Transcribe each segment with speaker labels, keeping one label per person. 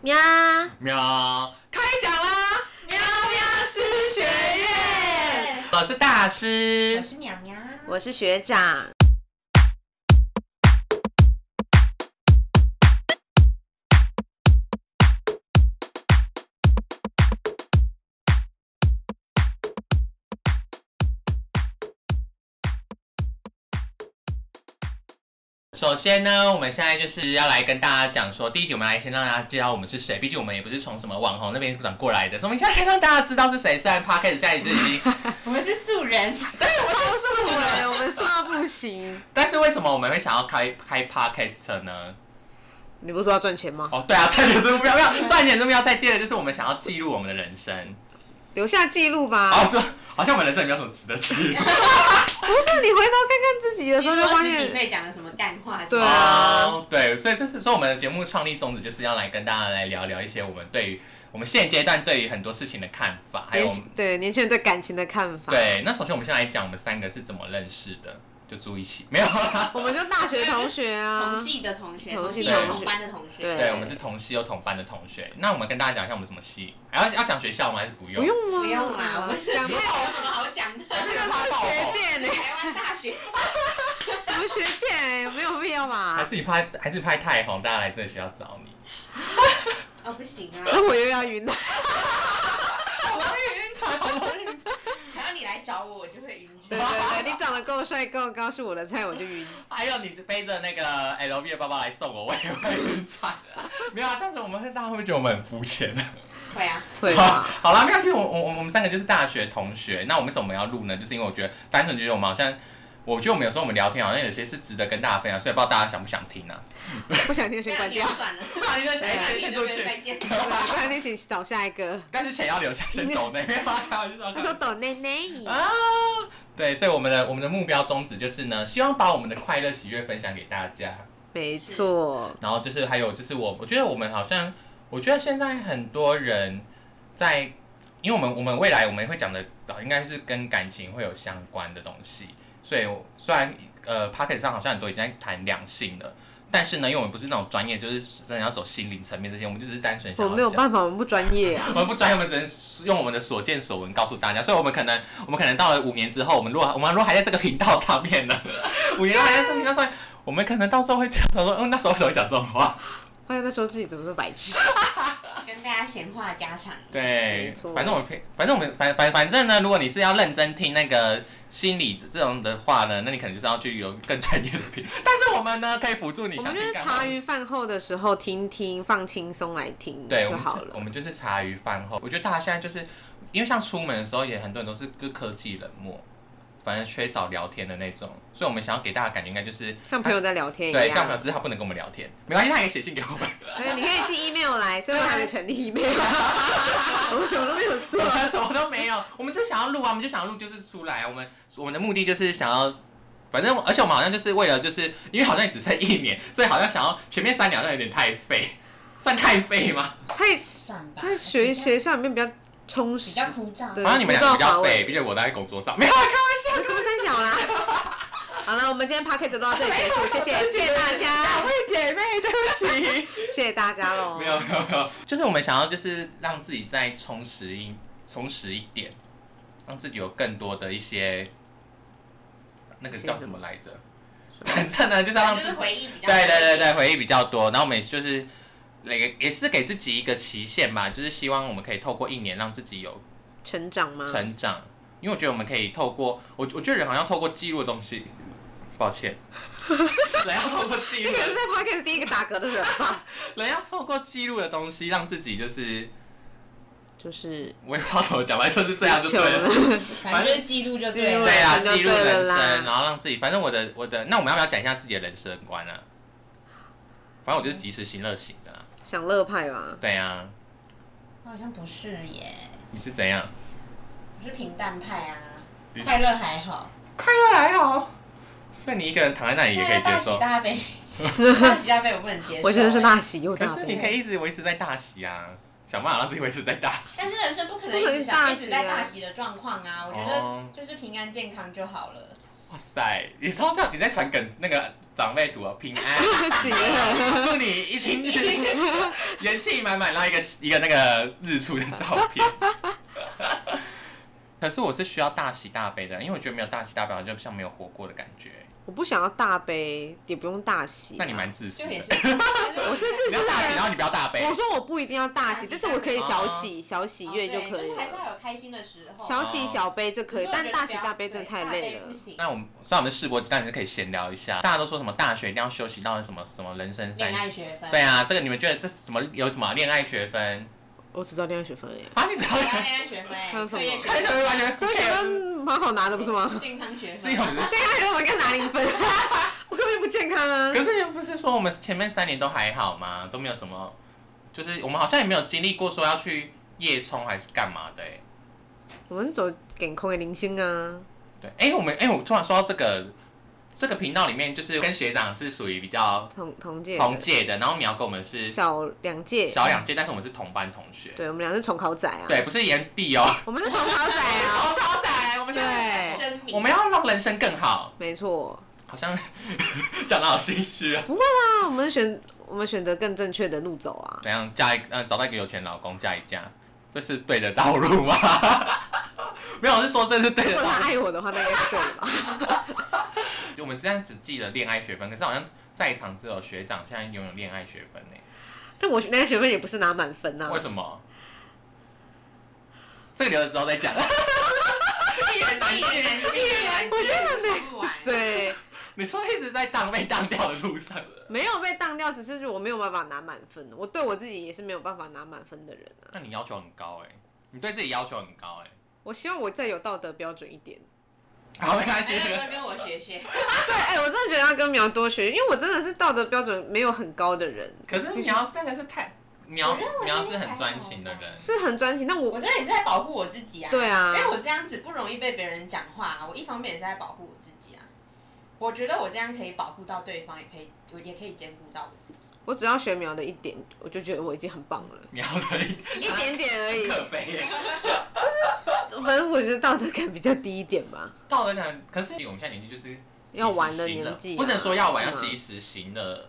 Speaker 1: 喵
Speaker 2: 喵，开讲啦！
Speaker 1: 喵喵师学院，
Speaker 2: 我是大师
Speaker 3: 我，是淼淼，
Speaker 1: 哎我是学长。
Speaker 2: 首先呢，我们现在就是要来跟大家讲说，第一集我们来先让大家知道我们是谁，毕竟我们也不是从什么网红那边转过来的，所以我们现在先让大家知道是谁。虽然 p o d c a s 现 在已经，
Speaker 3: 我们是素人，
Speaker 1: 超素人，我们素到不行。
Speaker 2: 但是为什么我们会想要开开 podcast 呢？
Speaker 1: 你不是说要赚钱吗？
Speaker 2: 哦，对啊， 赚钱是目标，不 要赚钱是目标。再第二个就是我们想要记录我们的人生。
Speaker 1: 留下记录吧。
Speaker 2: 哦，这好像我们人生也没有什么值得记录。
Speaker 1: 不是你回头看看自己的时候，就发
Speaker 3: 十几
Speaker 1: 现
Speaker 3: 岁讲了什么干话？
Speaker 1: 对啊
Speaker 2: 哦，对，所以这是说我们的节目创立宗旨就是要来跟大家来聊聊一些我们对于我们现阶段对于很多事情的看法，还有
Speaker 1: 年
Speaker 2: 我
Speaker 1: 轻
Speaker 2: 们
Speaker 1: 对年轻人对感情的看法。，
Speaker 2: 对。那首先我们先来讲我们三个是怎么认识的，就住一起没有啦？
Speaker 1: 我们就大学同学啊
Speaker 3: 同。系的同学，
Speaker 1: 同
Speaker 3: 同
Speaker 1: 系
Speaker 3: 系
Speaker 2: 的
Speaker 3: 有
Speaker 2: 同
Speaker 3: 同
Speaker 1: 学
Speaker 3: 班的同学，
Speaker 1: 对
Speaker 2: 对，我们是同系又同班的同学。那我们跟大家讲一下我们什么系，还要要讲学校吗？还是不用？
Speaker 1: 不用吗？
Speaker 3: 不用啦，我们是
Speaker 1: 讲
Speaker 3: 没
Speaker 1: 不
Speaker 3: 有
Speaker 1: 好，
Speaker 3: 什么好讲的，
Speaker 1: 这个是学店呢，
Speaker 3: 台湾大 学，
Speaker 1: 我们学店欸没有必要
Speaker 2: 还
Speaker 1: 吧？
Speaker 2: 是你拍，还是你拍太红，大家来这个学校找你。
Speaker 3: 哦不行啊，
Speaker 1: 那我又要晕了。
Speaker 3: 然后你来找我，我就会晕
Speaker 1: 对
Speaker 3: 船。
Speaker 1: 对对，你长得够帅够高是我的菜，我就晕。
Speaker 2: 还有你背着那个 LV 的包包来送我，我也会穿。没有啊，但是我们会大家会不会觉得我们很肤浅。
Speaker 3: 会啊，
Speaker 1: 会
Speaker 2: 好，
Speaker 1: 吧？
Speaker 2: 好啦，没关系，我我我我们三个就是大学同学。那我们为什么要录呢？就是因为我觉得单纯觉得我们好像，我觉得我们有时候我们聊天好像有些是值得跟大家分享，所以不知道大家想不想听呢、啊？
Speaker 1: 不想听先
Speaker 3: 那
Speaker 1: 关
Speaker 3: 你就
Speaker 1: 掉，
Speaker 3: 算了，
Speaker 2: 不然你就
Speaker 1: 对啊
Speaker 2: 哎
Speaker 3: 那
Speaker 2: 先
Speaker 3: 你
Speaker 2: 出
Speaker 3: 就再
Speaker 2: 去。
Speaker 3: 见。
Speaker 1: 对啊不想听请找下一个。
Speaker 2: 但是钱要留下，先走那边吗？啊开玩笑
Speaker 1: 他说抖内内，
Speaker 2: 啊。对，所以我们的我们的目标宗旨就是呢，希望把我们的快乐喜悦分享给大家。
Speaker 1: 没错，
Speaker 2: 然后就是还有就是我，我觉得我们好像，我觉得现在很多人在，因为我们我们未来我们会讲的，呃应该是跟感情会有相关的东西，所以我虽然呃 p o c k e t 上好像很多已经在谈两性了。但是呢，因为我们不是那种专业，就是真的要走心灵层面这些，我们就只是单纯想
Speaker 1: 我
Speaker 2: 要
Speaker 1: 没有
Speaker 2: 讲
Speaker 1: 办法，我们不专业啊。
Speaker 2: 我们不专业，我们只能用我们的所见所闻告诉大家。所以，我们可能，我们可能到了五年之后，我们如果我们如果还在这个频道上面呢， 五年后还在这个频道上面，我们可能到时候会讲到说，嗯，那时候为什么会讲这种话？
Speaker 1: 发现那时候自己怎么是白痴？
Speaker 3: 跟大家闲话家常，
Speaker 2: 对
Speaker 1: 没，错
Speaker 2: 反正我们可以，反正我们反反反正呢，如果你是要认真听那个心理这种的话呢，那你可能就是要去有更专业的评。但是我们呢，可以辅助你
Speaker 1: 我
Speaker 2: 想
Speaker 1: 们就
Speaker 2: 听
Speaker 1: 是
Speaker 2: 干嘛
Speaker 1: 茶余饭后的时候听听，放轻松来听
Speaker 2: 对，
Speaker 1: 就好
Speaker 2: 我
Speaker 1: 了。
Speaker 2: 们就是。我们就是茶余饭后，我觉得大家现在就是因为像出门的时候，也很多人都是跟科技冷漠，反正缺少聊天的那种，所以我们想要给大家的感觉应该就是
Speaker 1: 像朋友在聊天一
Speaker 2: 对，像朋友，
Speaker 1: 样，
Speaker 2: 只是他不能跟我们聊天，没关系，他也可以写信给我 们。
Speaker 1: 对，你可以寄 email 来，所以我还没成立 email，我们什么都没有做
Speaker 2: 我，们什么都没有，我们就想要录啊，我们就想要录，就是出来。我们我们的目的就是想要，反正而且我们好像就是为了，就是因为好像也只剩一年，所以好像想要前面三年好像有点太废，算太废吗？
Speaker 1: 太
Speaker 3: 算吧。
Speaker 1: 在学
Speaker 3: 比较
Speaker 1: 学校里面比较充
Speaker 3: 比
Speaker 1: 实，
Speaker 3: 较枯燥，
Speaker 1: 对
Speaker 2: 好像你们两个比
Speaker 1: 枯燥乏
Speaker 2: 较
Speaker 1: 味
Speaker 2: 废，毕竟我在工作上没有啊。
Speaker 1: 那公三 小啦。好了，我们今天 p o c a s t 就到这里结束，谢谢谢谢大家，
Speaker 2: 姐妹，对不起。
Speaker 1: 谢谢大家喽
Speaker 2: 没。有没有没有，就是我们想要就是让自己再充实一充实一点，让自己有更多的一些那个叫什么来着？反正呢，就是要让
Speaker 3: 就
Speaker 2: 自
Speaker 3: 是
Speaker 2: 己
Speaker 3: 回忆比较
Speaker 2: 对对对对，回忆比较多。然后我们也就是那个也是给自己一个期限吧，就是希望我们可以透过一年让自己有
Speaker 1: 成长吗？
Speaker 2: 成长，因为我觉得我们可以透过我我觉得人好像透过记录的东西，抱 歉，人要透过记
Speaker 1: 你
Speaker 2: 录
Speaker 1: 可。是在 podcast 第一个打嗝的人 吧？
Speaker 2: 人要透过记录的东西，让自己就是
Speaker 1: 就是
Speaker 2: 我也不知道怎么讲，反正就是这样就
Speaker 1: 求
Speaker 2: 对了。
Speaker 1: 了，
Speaker 3: 反正就是记录就对了。
Speaker 2: 对啊，
Speaker 1: 就对了
Speaker 2: 记录人生
Speaker 1: 啦，
Speaker 2: 然后让自己，反正我的我的，那我们要不要讲一下自己的人生观啊？反正我就是及时行乐型的、啊，
Speaker 1: 享乐派 吧。
Speaker 2: 对啊，
Speaker 3: 我好像不是耶，
Speaker 2: 你是怎样？
Speaker 3: 我是平淡派啊
Speaker 2: 你，
Speaker 3: 快乐还好，
Speaker 2: 快乐哦还好，所以你一个人躺在那里也可
Speaker 3: 快
Speaker 2: 以
Speaker 3: 乐大
Speaker 2: 接
Speaker 3: 喜
Speaker 2: 受，
Speaker 1: 啊
Speaker 3: 大 悲，大喜大悲我不能接受。
Speaker 1: 我真的是大喜又
Speaker 2: 可
Speaker 1: 大
Speaker 2: 是你
Speaker 1: 悲，
Speaker 2: 可以一直维持在大喜啊，想办法让自己维持在大喜。
Speaker 3: 但是人生不可能
Speaker 1: 不可能
Speaker 3: 一直想
Speaker 1: 大喜啊
Speaker 3: 一直在大喜的状况啊！我觉
Speaker 2: 哦
Speaker 3: 得就是平安健康就好了。
Speaker 2: 哇塞，你超像你在传梗那个长辈图啊，平安
Speaker 1: 喜乐，
Speaker 2: 祝你一清日元气满满，然后一个一个那个日出的照片。 可是我是需要大喜大悲的，因为我觉得没有大喜大悲，好像就像没有活过的感觉。
Speaker 1: 我不想要大悲，也不用大喜、啊
Speaker 2: 那你蛮自私
Speaker 3: 就
Speaker 2: 的
Speaker 3: 也，是，哦
Speaker 1: 我是
Speaker 2: 你
Speaker 1: 自私
Speaker 2: 要
Speaker 1: 的
Speaker 2: 大喜，
Speaker 1: 人
Speaker 2: 然后你不要大悲。
Speaker 1: 我说我不一定要大喜，
Speaker 3: 大
Speaker 1: 但
Speaker 3: 喜
Speaker 1: 是我可以小喜、
Speaker 2: 哦
Speaker 1: 小喜悦就可以
Speaker 3: 就是还是
Speaker 1: 了。
Speaker 3: 要哦有开心的时候。
Speaker 1: 小喜小悲这可以，但大喜大悲真的太
Speaker 3: 对大
Speaker 1: 累
Speaker 3: 悲
Speaker 1: 了
Speaker 3: 不。行。
Speaker 2: 那我们虽然我们试播，但是可以闲聊一下。大家都说什么大学一定要休息到什么什么人生三
Speaker 3: 恋爱
Speaker 2: 十，
Speaker 3: 学分，
Speaker 2: 对啊，这个你们觉得这是什么有什么恋爱学分
Speaker 1: 我只知道恋爱学分而已啊，
Speaker 2: 啊？你只要
Speaker 3: 你要恋爱学分，
Speaker 1: 还有什么
Speaker 3: 就业学
Speaker 2: 看起来完全
Speaker 1: 可是学分蛮好拿的，不是 吗？
Speaker 3: 健康学
Speaker 2: 是
Speaker 3: 分，啊
Speaker 2: 因为我们是
Speaker 1: 现在学分我应该拿零 分，我根本就不健康啊。
Speaker 2: 可是你不是说我们前面三年都还好吗？都没有什么，就是我们好像也没有经历过说要去夜冲还是干嘛的、欸。
Speaker 1: 我们是走健康的零星啊，
Speaker 2: 对，哎、我们哎、我突然说到这个，这个频道里面就是跟学长是属于比较
Speaker 1: 同同届的
Speaker 2: 同届的，然后苗跟我们是
Speaker 1: 小两届，
Speaker 2: 小两届，但是我们是同班同学。
Speaker 1: 对，我们俩是重考仔啊，
Speaker 2: 对，不是岩壁哦，
Speaker 1: 我们是重考仔 啊，
Speaker 2: 同考仔，我们
Speaker 1: 对
Speaker 3: 生命，
Speaker 2: 我们要让人生更好，
Speaker 1: 没错。
Speaker 2: 好像讲的好心虚啊。
Speaker 1: 那我们选我们选择更正确的路走啊，
Speaker 2: 怎样嫁一嗯、找到一个有钱老公嫁一嫁，这是对的道路吗？ 没有，我是说这是对
Speaker 1: 如
Speaker 2: 的
Speaker 1: 果
Speaker 2: 道
Speaker 1: 他
Speaker 2: 路。
Speaker 1: 爱我的话，那应该是对的吧。
Speaker 2: 我们这样只记得恋爱学分，可是好像在场只有学长现在拥有恋爱学分呢、
Speaker 1: 但我恋爱学分也不是拿满分啊
Speaker 3: 嗯
Speaker 2: 为，什么？这个留着之后再讲。 一言难
Speaker 3: 一言难
Speaker 2: 尽。
Speaker 3: 尽，一言难尽，
Speaker 1: 我觉得很
Speaker 3: 说不完。
Speaker 1: 对。
Speaker 2: 你说一直在当被当掉的路上了，
Speaker 1: 没有被当掉，只是我没有办法拿满分。我对我自己也是没有办法拿满分的人啊。
Speaker 2: 那你要求很高哎、你对自己要求很高哎、
Speaker 1: 我希望我再有道德标准一点。
Speaker 2: 好，没关系。
Speaker 3: 还有要跟我学学，
Speaker 1: 对，哎、我真的觉得要跟苗多学，因为我真的是道德标准没有很高的人，
Speaker 2: 可是苗那个是太苗
Speaker 3: 我觉得我
Speaker 2: 苗
Speaker 3: 今
Speaker 2: 是
Speaker 3: 天
Speaker 2: 很
Speaker 3: 还
Speaker 2: 专
Speaker 3: 好
Speaker 2: 情的
Speaker 3: 吧
Speaker 2: 人，
Speaker 1: 是很专情。但我
Speaker 3: 我真的也是在保护我自己啊。
Speaker 1: 对啊
Speaker 3: 因，为我这样子不容易被别人讲话、啊，我一方面也是在保护我自己啊。我觉得我这样可以保护到对方，也可以，我也可以兼顾到我自己。
Speaker 1: 我只要学苗的一点，我就觉得我已经很棒了，
Speaker 2: 苗的一
Speaker 1: 一点点而已。
Speaker 2: 可悲欸耶。
Speaker 1: 反正我觉得道德感比较低一点吧。
Speaker 2: 到了讲，可是我们现在年纪就是
Speaker 1: 要玩的
Speaker 2: 及时行乐
Speaker 1: 年纪啊
Speaker 2: 不能说要玩，
Speaker 1: 是
Speaker 2: 要
Speaker 1: 吗
Speaker 2: 及时行乐。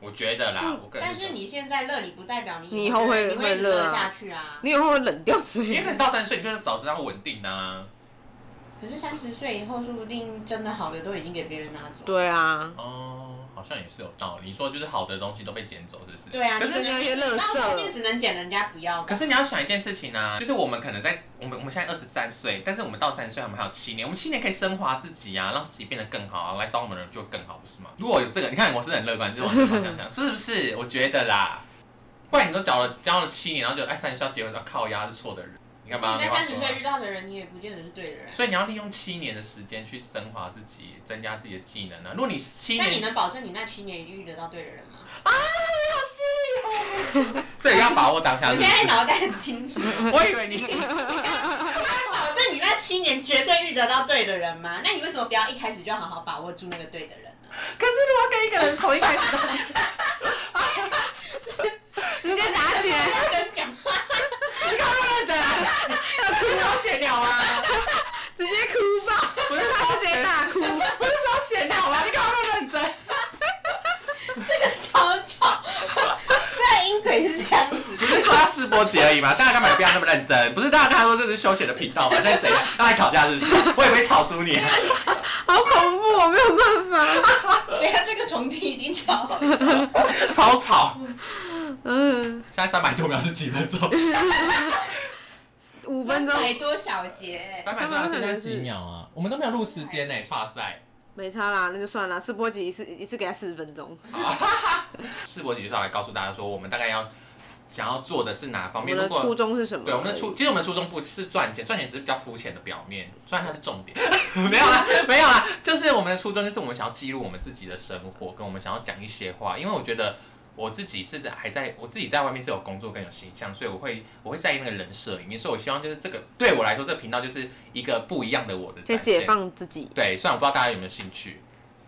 Speaker 2: 我觉得啦，我个
Speaker 3: 嗯
Speaker 2: 人
Speaker 3: 但
Speaker 2: 觉
Speaker 3: 是
Speaker 2: 得
Speaker 3: 你现在乐，你不代表你
Speaker 1: 你以后会
Speaker 3: 你会一直
Speaker 1: 会乐啊
Speaker 3: 乐下去啊。
Speaker 1: 你以后会冷掉之
Speaker 2: 因
Speaker 1: 类
Speaker 2: 为可
Speaker 1: 的。
Speaker 2: 能到三十岁，你就是早知道稳定的啊。
Speaker 3: 可是三十岁以后，说不定真的好的都已经给别人拿走。
Speaker 1: 对 啊，
Speaker 3: 嗯
Speaker 2: 哦，好像也是有道理。你说就是好的东西都被捡走，是不是？
Speaker 3: 对啊，
Speaker 2: 可
Speaker 3: 你
Speaker 2: 是
Speaker 3: 只能
Speaker 1: 那些垃圾
Speaker 3: 到后面只能捡人家不要的。
Speaker 2: 可是你要想一件事情啊，就是我们可能在我们我们现在二十三岁，但是我们到三十岁，我们还有七年，我们七年可以升华自己啊，让自己变得更好、啊，来找我们的人就更好，不是吗？如果有这个，你看我是很乐观，就是往这个方 向想，是不是？我觉得啦，不然你都交了交了七年，然后就哎三十岁要结婚，要靠压是错的人，你干嘛？
Speaker 3: 你在
Speaker 2: 没话
Speaker 3: 三
Speaker 2: 说
Speaker 3: 十
Speaker 2: 啊
Speaker 3: 岁遇到的人，你也不见得是对的人。
Speaker 2: 所以你要利用七年的时间去升华自己，增加自己的技能啊。如果你七
Speaker 3: 但你
Speaker 2: 年，
Speaker 3: 能保证你那七年一定遇得到对的人吗？
Speaker 2: 所以要把握当下
Speaker 3: 我
Speaker 2: 日
Speaker 3: 现
Speaker 2: 子。
Speaker 3: 在脑袋很清楚。
Speaker 2: 我以为你
Speaker 3: 保证你那七年绝对遇得到对的人吗？那你为什么不要一开始就好好把握住那个对的人呢？
Speaker 2: 可是如果跟一个人从一开始到，
Speaker 1: 直接打起来，
Speaker 3: 真讲话，
Speaker 2: 你看不认真啊，那不是要闲聊啊，
Speaker 1: 直接哭吧，
Speaker 2: 不是
Speaker 1: 他
Speaker 2: 说
Speaker 1: 直
Speaker 2: 闲
Speaker 1: 接，大哭。
Speaker 2: 不是说闲聊啊，你看不认真。
Speaker 3: 这个超吵。 那音轨是这样子
Speaker 2: 不是说要试播节而已吗？大家干嘛不要那么认真？不是大家跟他说这是休闲的频道吗？现在怎样？大家吵架是不是？我也会吵输你。
Speaker 1: 好恐怖，我没有办法。
Speaker 3: 等一下这个重听一定超好笑。
Speaker 2: 超吵！
Speaker 1: 嗯，
Speaker 2: 现在三百多秒是几分钟？
Speaker 1: 五分钟
Speaker 3: 百多小节，
Speaker 2: 三
Speaker 1: 300多秒是
Speaker 2: 几秒啊？我们都没有录时间呢、欸，哇塞！
Speaker 1: 没差啦，那就算啦。试播集一次一次给他四十分钟，
Speaker 2: 世博姐就是要来告诉大家说，我们大概要想要做的是哪
Speaker 1: 我
Speaker 2: 方面。
Speaker 1: 们
Speaker 2: 如
Speaker 1: 的
Speaker 2: 果
Speaker 1: 初衷是什么？
Speaker 2: 对，我们的初，其实我们的初衷不是赚钱，赚钱只是比较肤浅的表面，虽然它是重 点。没有啦，没有啦，就是我们的初衷就是我们想要记录我们自己的生活，跟我们想要讲一些话，因为我觉得。我自己是在还在我自己在外面是有工作跟有形象，所以我会我会在意那个人设里面，所以我希望就是这个对我来说，这个频道就是一个不一样的我的
Speaker 1: 可以
Speaker 2: 展现
Speaker 1: 解。放自己，
Speaker 2: 对，虽然我不知道大家有没有兴趣，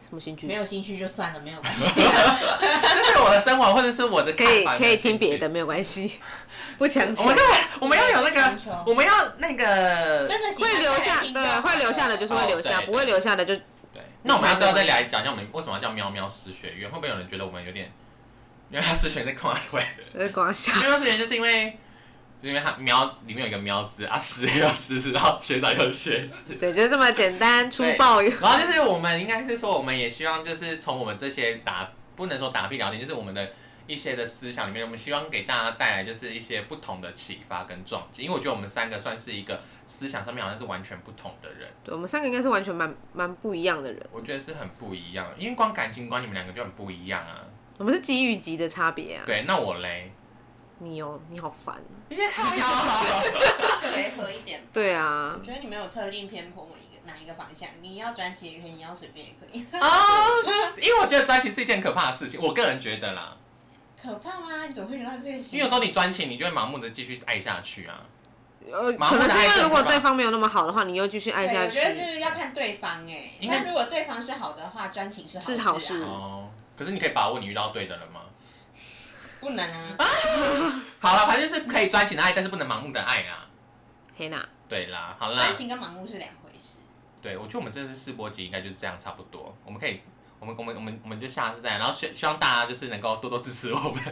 Speaker 1: 什么新剧
Speaker 3: 没？有兴趣就算了，没有关系。
Speaker 2: 这是我的生活，或者是我的
Speaker 1: 可
Speaker 2: 看
Speaker 1: 以
Speaker 2: 法
Speaker 1: 可以听别的，没有关系， 不强
Speaker 2: 我
Speaker 1: 求
Speaker 2: 们。要我们要有那
Speaker 3: 强求
Speaker 2: 个，我们要那个，
Speaker 3: 真的喜欢
Speaker 1: 会留下，
Speaker 3: 再来听就好
Speaker 1: 对，会留下的就是会留
Speaker 2: 哦
Speaker 1: 下，
Speaker 2: 对
Speaker 1: 不会留下的就
Speaker 2: 对。那我们要不要再聊一讲一下我们为什么要叫喵喵失学院？会不会有人觉得我们有点，因为他失学在干嘛鬼？
Speaker 1: 呃光下。
Speaker 2: 喵喵失学就是因为。 因为它喵里面有一个喵字啊，失又失，然后学长又学子，
Speaker 1: 对，就这么简单粗暴。
Speaker 2: 然后就是我们应该是说，我们也希望就是从我们这些打不能说打屁聊天，就是我们的一些的思想里面，我们希望给大家带来就是一些不同的启发跟撞击。因为我觉得我们三个算是一个思想上面好像是完全不同的人，
Speaker 1: 对，我们三个应该是完全蛮蛮不一样的人，
Speaker 2: 我觉得是很不一样。因为光感情观你们两个就很不一样啊。
Speaker 1: 我们是级与级的差别啊。
Speaker 2: 对，那我嘞，
Speaker 1: 你哦，你好烦。
Speaker 2: 你先看呀。
Speaker 3: 随和一点。
Speaker 1: 对
Speaker 3: 我
Speaker 1: 啊，
Speaker 3: 觉得你没有特定偏颇某一个哪一个方向，你要专情也可以，你要随便也可以。
Speaker 2: 啊，因为我觉得专情是一件可怕的事情，我个人觉得啦。
Speaker 3: 可怕吗？你怎么会得到这个
Speaker 2: 因
Speaker 3: 形
Speaker 2: 为有
Speaker 3: 容？
Speaker 2: 时候你专情，你就会盲目的继续爱下去啊。
Speaker 1: 呃，
Speaker 2: 麻木
Speaker 1: 可
Speaker 2: 的
Speaker 1: 能是因
Speaker 2: 爱
Speaker 1: 为
Speaker 2: 情
Speaker 1: 如果
Speaker 2: 是吧
Speaker 1: 对方没有那么好的话，你又继续爱
Speaker 3: 对，
Speaker 1: 下
Speaker 3: 我觉得
Speaker 1: 去。
Speaker 3: 是要看对方哎、
Speaker 2: 应该
Speaker 3: 但如果对方是好的话，专情是好
Speaker 1: 是
Speaker 3: 事、啊、
Speaker 1: 好事
Speaker 2: 哦，可是你可以把握你遇到对的人吗？
Speaker 3: 不能啊。
Speaker 2: 好了，反正就是可以专情的爱，但是不能盲目的爱啦。
Speaker 1: 黑娜，
Speaker 2: 对啦，好啦
Speaker 3: 专，情跟盲目是两回事。
Speaker 2: 对我觉得我们这次试播集应该就是这样差不多。我们可以，我们我们我们我们就下次再来，然后希希望大家就是能够多多支持我们，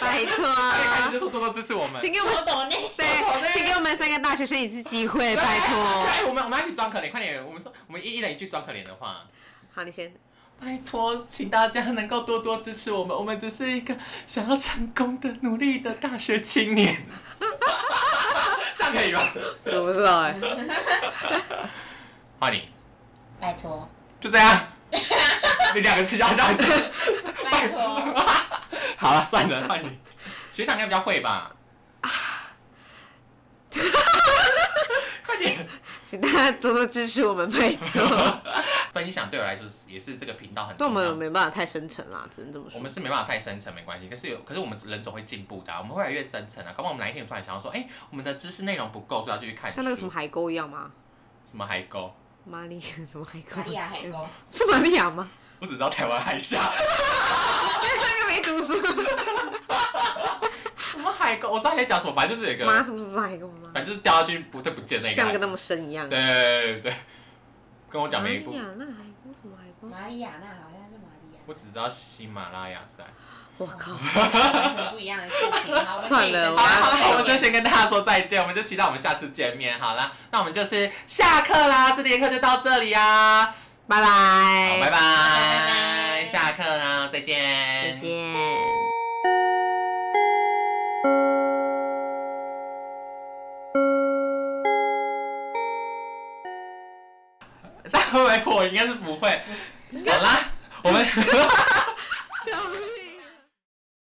Speaker 1: 拜托啊，
Speaker 2: 最开始就说多多支持我们。
Speaker 1: 请给我们
Speaker 3: 我啊懂你。
Speaker 1: 对，请给我们三个大学生一次机会，拜托。
Speaker 2: 哎，我们我们要一起装可怜，快点！我们说，我们一一人一句装可怜的话。
Speaker 1: 好，你 先。
Speaker 2: 拜托，请大家能够多多支持我们，我们只是一个想要成功的、努力的大学青年。 这样可以吗？
Speaker 1: 我不知道哎，
Speaker 2: 欸换你，
Speaker 3: 拜托，
Speaker 2: 就这 样。你两个吃香香。
Speaker 3: 拜托，
Speaker 2: 好了，算了，换你。学长应该比较会吧？ 快 点！
Speaker 1: 请大家多多支持我们，拜托。
Speaker 2: 分享对我来说是也是这个频道很
Speaker 1: 对我
Speaker 2: 重要
Speaker 1: 们。没办法太深沉啦，只能这么
Speaker 2: 我
Speaker 1: 说。
Speaker 2: 们是没办法太深层，没关系。可是有，可是我们人总会进步的啊、我们会越来越深层啊。搞不好我们哪一天突然想要说，哎、我们的知识内容不够，所以要继续看书。
Speaker 1: 像那个什么海沟一样吗？
Speaker 2: 什么海沟，
Speaker 1: 玛丽 什么海沟？
Speaker 3: 玛利亚海沟，
Speaker 1: 是玛利亚吗？
Speaker 2: 我只知道台湾海峡。
Speaker 1: 那个没读书，
Speaker 2: 什么海沟？我知道你在讲什么，反正就是有一个，
Speaker 1: 妈什么什么海沟吗？
Speaker 2: 反正就是掉下去不对不见那个海。
Speaker 1: 像个那么啊深一样。
Speaker 2: 对对对对，跟我讲
Speaker 1: 玛
Speaker 2: 每一
Speaker 1: 利
Speaker 2: 部，
Speaker 1: 亚那海沟什么海沟？
Speaker 3: 玛利亚那好像是玛利亚。
Speaker 2: 我只知道喜马拉雅山。
Speaker 1: 我靠！
Speaker 3: 完全不一样的事情。好，
Speaker 1: 算了
Speaker 2: 好
Speaker 1: 好
Speaker 2: 了
Speaker 1: 啦
Speaker 2: 好了，我
Speaker 3: 我
Speaker 2: 们就先跟大家说再见，我们就期待我们下次见面。好啦，那我们就是下课啦，这节课就到这里啊，
Speaker 1: 拜
Speaker 2: 好，
Speaker 1: 哎拜，
Speaker 2: 拜拜，
Speaker 3: 拜
Speaker 2: 下课啦，再见，
Speaker 1: 再见。
Speaker 2: 这样会不会破音？应该是不会。好啦，我们。